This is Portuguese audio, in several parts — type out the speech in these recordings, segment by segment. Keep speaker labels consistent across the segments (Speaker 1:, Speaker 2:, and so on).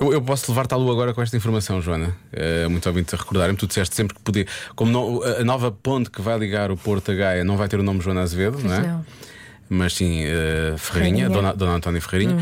Speaker 1: Eu, eu posso levar-te à lua agora com esta informação, Joana. É muito ouvinte a recordarem-me. Tu disseste sempre que podia. Como não- a nova ponte que vai ligar o Porto a Gaia não vai ter o nome Joana Azevedo, não é?
Speaker 2: não.
Speaker 1: Mas sim, eh, Ferreirinha,
Speaker 2: Ferreirinha. Uhum.
Speaker 1: Dona, Dona Antónia Ferreirinha.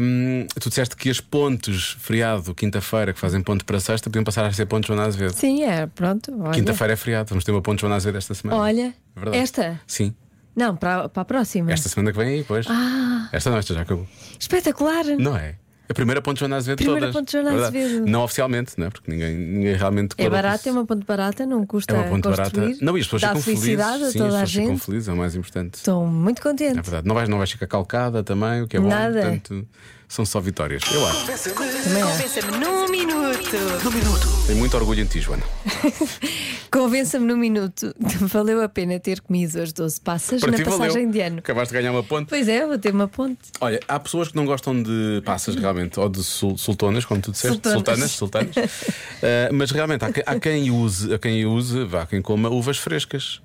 Speaker 1: Hum, tu disseste que as pontes, feriado, quinta-feira, que fazem ponte para sexta, podiam passar a ser ponte Joana Azevedo.
Speaker 2: Sim, é, pronto. olha.
Speaker 1: Quinta-feira é feriado, vamos ter uma ponte Joana Azevedo esta semana.
Speaker 2: Olha,
Speaker 1: É verdade.
Speaker 2: esta?
Speaker 1: Sim,
Speaker 2: Não, para, para a próxima.
Speaker 1: esta semana que vem aí, pois.
Speaker 2: Ah,
Speaker 1: Esta não, esta já acabou.
Speaker 2: espetacular!
Speaker 1: Não é? A primeira ponte Joana Azevedo
Speaker 2: Primeira
Speaker 1: todas.
Speaker 2: ponte Joana
Speaker 1: É verdade.
Speaker 2: Azevedo.
Speaker 1: Não oficialmente, não é? Porque ninguém, ninguém realmente
Speaker 2: É
Speaker 1: declarou
Speaker 2: barata,
Speaker 1: que
Speaker 2: é
Speaker 1: se-
Speaker 2: uma ponte barata, não custa
Speaker 1: é uma ponte
Speaker 2: construir.
Speaker 1: barata. Não, e as pessoas
Speaker 2: Dá
Speaker 1: ficam
Speaker 2: felicidade
Speaker 1: felizes.
Speaker 2: a
Speaker 1: Sim, as
Speaker 2: todas
Speaker 1: pessoas ficam
Speaker 2: gente.
Speaker 1: felizes, é o mais importante.
Speaker 2: Estou muito
Speaker 1: É
Speaker 2: contente.
Speaker 1: verdade, não vais, não vais ficar calcada também, o que é bom.
Speaker 2: Nada.
Speaker 1: Portanto, são só vitórias. Eu acho.
Speaker 2: também é.
Speaker 3: Convença-me num minuto.
Speaker 1: Tenho muito orgulho em ti, Joana.
Speaker 2: Convença-me num minuto. Valeu a pena ter comido as 12 passas
Speaker 1: Para
Speaker 2: na
Speaker 1: ti
Speaker 2: passagem
Speaker 1: valeu.
Speaker 2: de ano.
Speaker 1: Acabaste de ganhar uma ponte.
Speaker 2: Pois é, vou ter uma ponte.
Speaker 1: Olha, há pessoas que não gostam de passas realmente, ou de sul- sultonas, como tu disseste, sultanas,
Speaker 2: Sultanas.
Speaker 1: sultanas. Ah, mas realmente há, que- há quem use, há quem use, vá quem coma uvas frescas.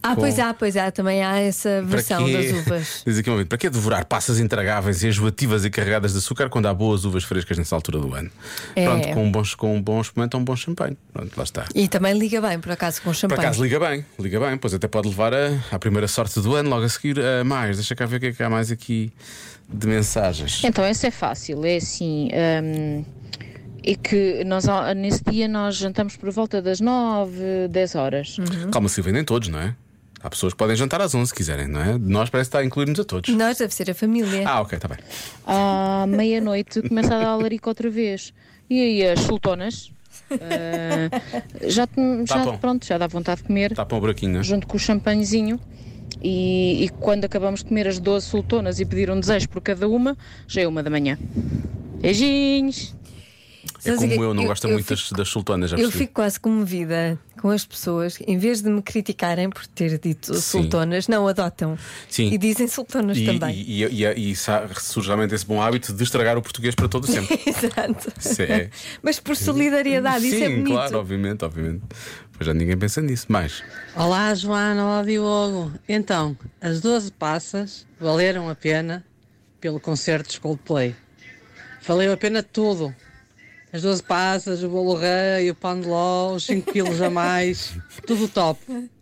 Speaker 2: Ah,
Speaker 1: Com-
Speaker 2: pois há, pois há, também há essa versão das uvas.
Speaker 1: Diz aqui um ouvinte, para que devorar passas intragáveis, enjoativas e carregadas de açúcar quando há boas uvas frescas nessa altura do ano?
Speaker 2: É.
Speaker 1: Pronto, com um bom, com um bom espumante ou um bom champanhe. Pronto, lá está.
Speaker 2: E também liga bem, por acaso, com
Speaker 1: Por
Speaker 2: champanhe.
Speaker 1: acaso liga bem, liga bem, pois até pode levar a, à primeira sorte do ano, logo a seguir a mais. Deixa cá ver o que é que há mais aqui de mensagens.
Speaker 4: Então, essa é fácil, é assim. hum, é que nós, ah, nesse dia nós jantamos por volta das 9, 10 horas.
Speaker 2: Uhum.
Speaker 1: Calma, Silvia, nem todos, não é? Há pessoas que podem jantar às 11 se quiserem, não é? De Nós parece que está a incluir-nos a todos.
Speaker 2: Nós deve ser a família.
Speaker 1: Ah, ok, está bem.
Speaker 4: À meia-noite começa a dar larica outra vez. E aí as sultonas. ah, já, te-
Speaker 1: Tá
Speaker 4: já-
Speaker 1: bom.
Speaker 4: pronto, já dá vontade de comer,
Speaker 1: Está para o buraquinho, não é?
Speaker 4: junto com o champanhezinho. E, e quando acabamos de comer as 12 sultonas e pedir um desejo por cada uma, já é uma da manhã. Beijinhos!
Speaker 1: É
Speaker 2: Sabes o
Speaker 1: como
Speaker 2: que
Speaker 1: eu, não gosto
Speaker 2: eu
Speaker 1: muito das- das sultanas, já
Speaker 2: Eu
Speaker 1: percebi.
Speaker 2: fico quase comovida com as pessoas, em vez de me criticarem por ter dito
Speaker 1: Sim.
Speaker 2: sultonas, não adotam.
Speaker 1: Sim.
Speaker 2: E dizem sultonas
Speaker 1: E,
Speaker 2: também.
Speaker 1: e, e, e- e sa- surge realmente esse bom hábito de estragar o português para todo sempre.
Speaker 2: Exato.
Speaker 1: Isso é-
Speaker 2: Mas por solidariedade,
Speaker 1: Sim,
Speaker 2: isso é bonito.
Speaker 1: claro, obviamente, obviamente. Pois já ninguém pensa nisso. Mais.
Speaker 5: Olá, Joana, olá, Diogo. Então, as 12 passas valeram a pena pelo concerto de Coldplay. Valeu a pena tudo. As 12 passas, o bolo rei, o pão de ló, os 5 quilos a mais, tudo top.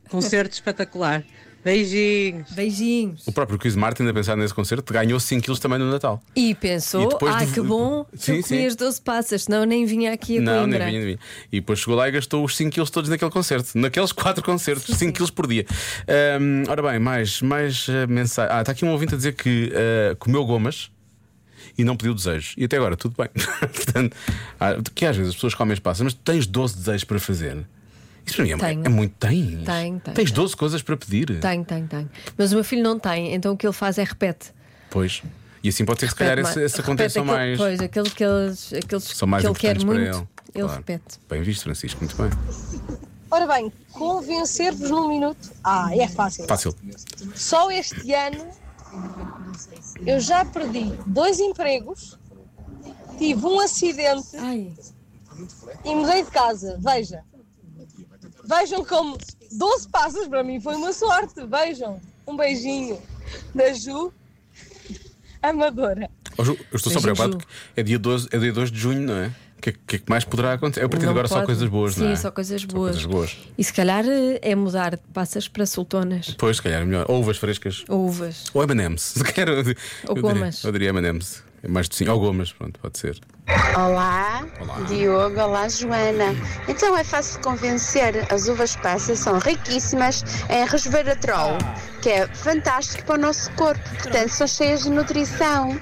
Speaker 5: Concerto espetacular. Beijinhos.
Speaker 2: Beijinhos.
Speaker 1: O próprio Chris Martin, a pensar nesse concerto, ganhou 5 quilos também no Natal.
Speaker 2: E pensou,
Speaker 1: E depois
Speaker 2: ah,
Speaker 1: de-
Speaker 2: que bom que
Speaker 1: Sim,
Speaker 2: eu comi
Speaker 1: sim.
Speaker 2: as 12 passas, senão eu nem vinha aqui a
Speaker 1: Não, nem
Speaker 2: Coimbra.
Speaker 1: vinha, nem vinha. E depois chegou lá e gastou os 5 quilos todos naquele concerto. Naqueles 4 concertos, 5 quilos por dia. Ahm, ora bem, mais, mais eh, mensagem. Ah, está aqui um ouvinte a dizer que eh, comeu gomas e não pediu desejos. E até agora, tudo bem. Portanto, ah, que às vezes as pessoas comem as passas, mas tens 12 desejos para fazer. Isso para mim é,
Speaker 2: Tenho.
Speaker 1: é muito. Tens.
Speaker 2: Tenho, tenho,
Speaker 1: tens
Speaker 2: tenho.
Speaker 1: 12 coisas para pedir.
Speaker 2: Tenho, tenho, tenho. Mas o meu filho não tem, então o que ele faz é repete.
Speaker 1: Pois. E assim pode ser, se calhar,
Speaker 2: Repete
Speaker 1: essa,
Speaker 2: mais-
Speaker 1: essa contenção
Speaker 2: repete
Speaker 1: mais.
Speaker 2: aquele- Pois, aquele que, eles, aqueles
Speaker 1: São mais
Speaker 2: que ele quer
Speaker 1: importantes
Speaker 2: muito,
Speaker 1: para ele. Claro.
Speaker 2: repete.
Speaker 1: Bem visto, Francisco, muito bem.
Speaker 6: Ora bem, convencer-vos num minuto. Ah, é fácil.
Speaker 1: Fácil.
Speaker 6: Só este ano eu já perdi dois empregos, tive um acidente
Speaker 2: Ai,
Speaker 6: e mudei de casa. Veja. Vejam como 12 passos para mim foi uma sorte. Vejam. Um beijinho da Ju Amadora.
Speaker 1: Ó, Ju, eu estou só
Speaker 2: Beijinho,
Speaker 1: preocupado
Speaker 2: Ju.
Speaker 1: porque é dia, 12, é dia 2 de junho, não é? O que, é- que é que mais poderá acontecer? É a partir de
Speaker 2: não
Speaker 1: agora só
Speaker 2: pode.
Speaker 1: coisas boas,
Speaker 2: Sim,
Speaker 1: não é?
Speaker 2: só coisas
Speaker 1: Só
Speaker 2: boas.
Speaker 1: coisas boas.
Speaker 2: E se calhar eh, é mudar de passas para sultonas
Speaker 1: Pois, se calhar é melhor. Ou uvas frescas.
Speaker 2: ou uvas.
Speaker 1: Ou M&M's. Se calhar. eu- eu diria-
Speaker 2: gomas.
Speaker 1: Eu diria M&M's. É mais docinho. Ou gomas, pronto, pode ser.
Speaker 7: Olá,
Speaker 1: Olá.
Speaker 7: Diogo, olá, Joana. Então é fácil de convencer, as uvas passas são riquíssimas em resveratrol, que é fantástico para o nosso corpo, portanto são cheias de nutrição.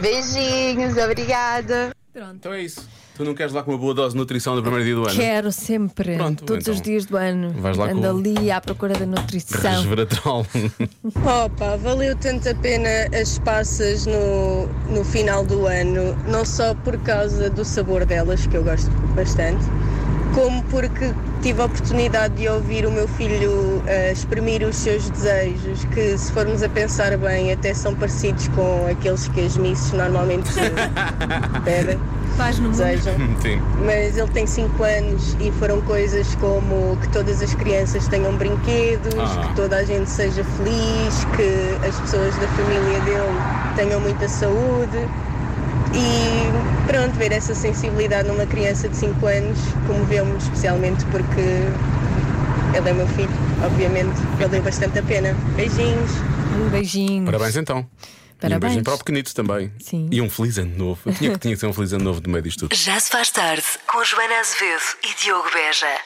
Speaker 7: Beijinhos, obrigada.
Speaker 2: Pronto.
Speaker 1: Então é isso. Tu não queres lá com uma boa dose de nutrição no primeiro dia do ano?
Speaker 2: Quero sempre,
Speaker 1: Pronto,
Speaker 2: todos os
Speaker 1: então.
Speaker 2: dias do ano.
Speaker 1: Vais lá
Speaker 2: Ando
Speaker 1: com-
Speaker 2: ali à procura da nutrição.
Speaker 1: Resveratrol.
Speaker 8: Opa, valeu tanto a pena as passas no, no final do ano, não só por causa do sabor delas, que eu gosto bastante, como porque tive a oportunidade de ouvir o meu filho eh, exprimir os seus desejos, que se formos a pensar bem, até são parecidos com aqueles que as misses normalmente pedem,
Speaker 2: Faz no mundo.
Speaker 8: desejam
Speaker 1: Sim.
Speaker 8: mas ele tem 5 anos e foram coisas como que todas as crianças tenham brinquedos,
Speaker 1: Ah.
Speaker 8: que toda a gente seja feliz, que as pessoas da família dele tenham muita saúde. E pronto, ver essa sensibilidade numa criança de 5 anos comoveu-me especialmente porque ele é meu filho, obviamente. Valeu bastante a pena. Beijinhos.
Speaker 2: Um beijinho.
Speaker 1: Parabéns então. E um
Speaker 2: Parabéns.
Speaker 1: beijinho para o pequenito também.
Speaker 2: Sim.
Speaker 1: E um feliz ano novo. Eu tinha que tinha que ser um feliz ano novo do meio disto tudo.
Speaker 3: Já se faz tarde com Joana Azevedo e Diogo Beja.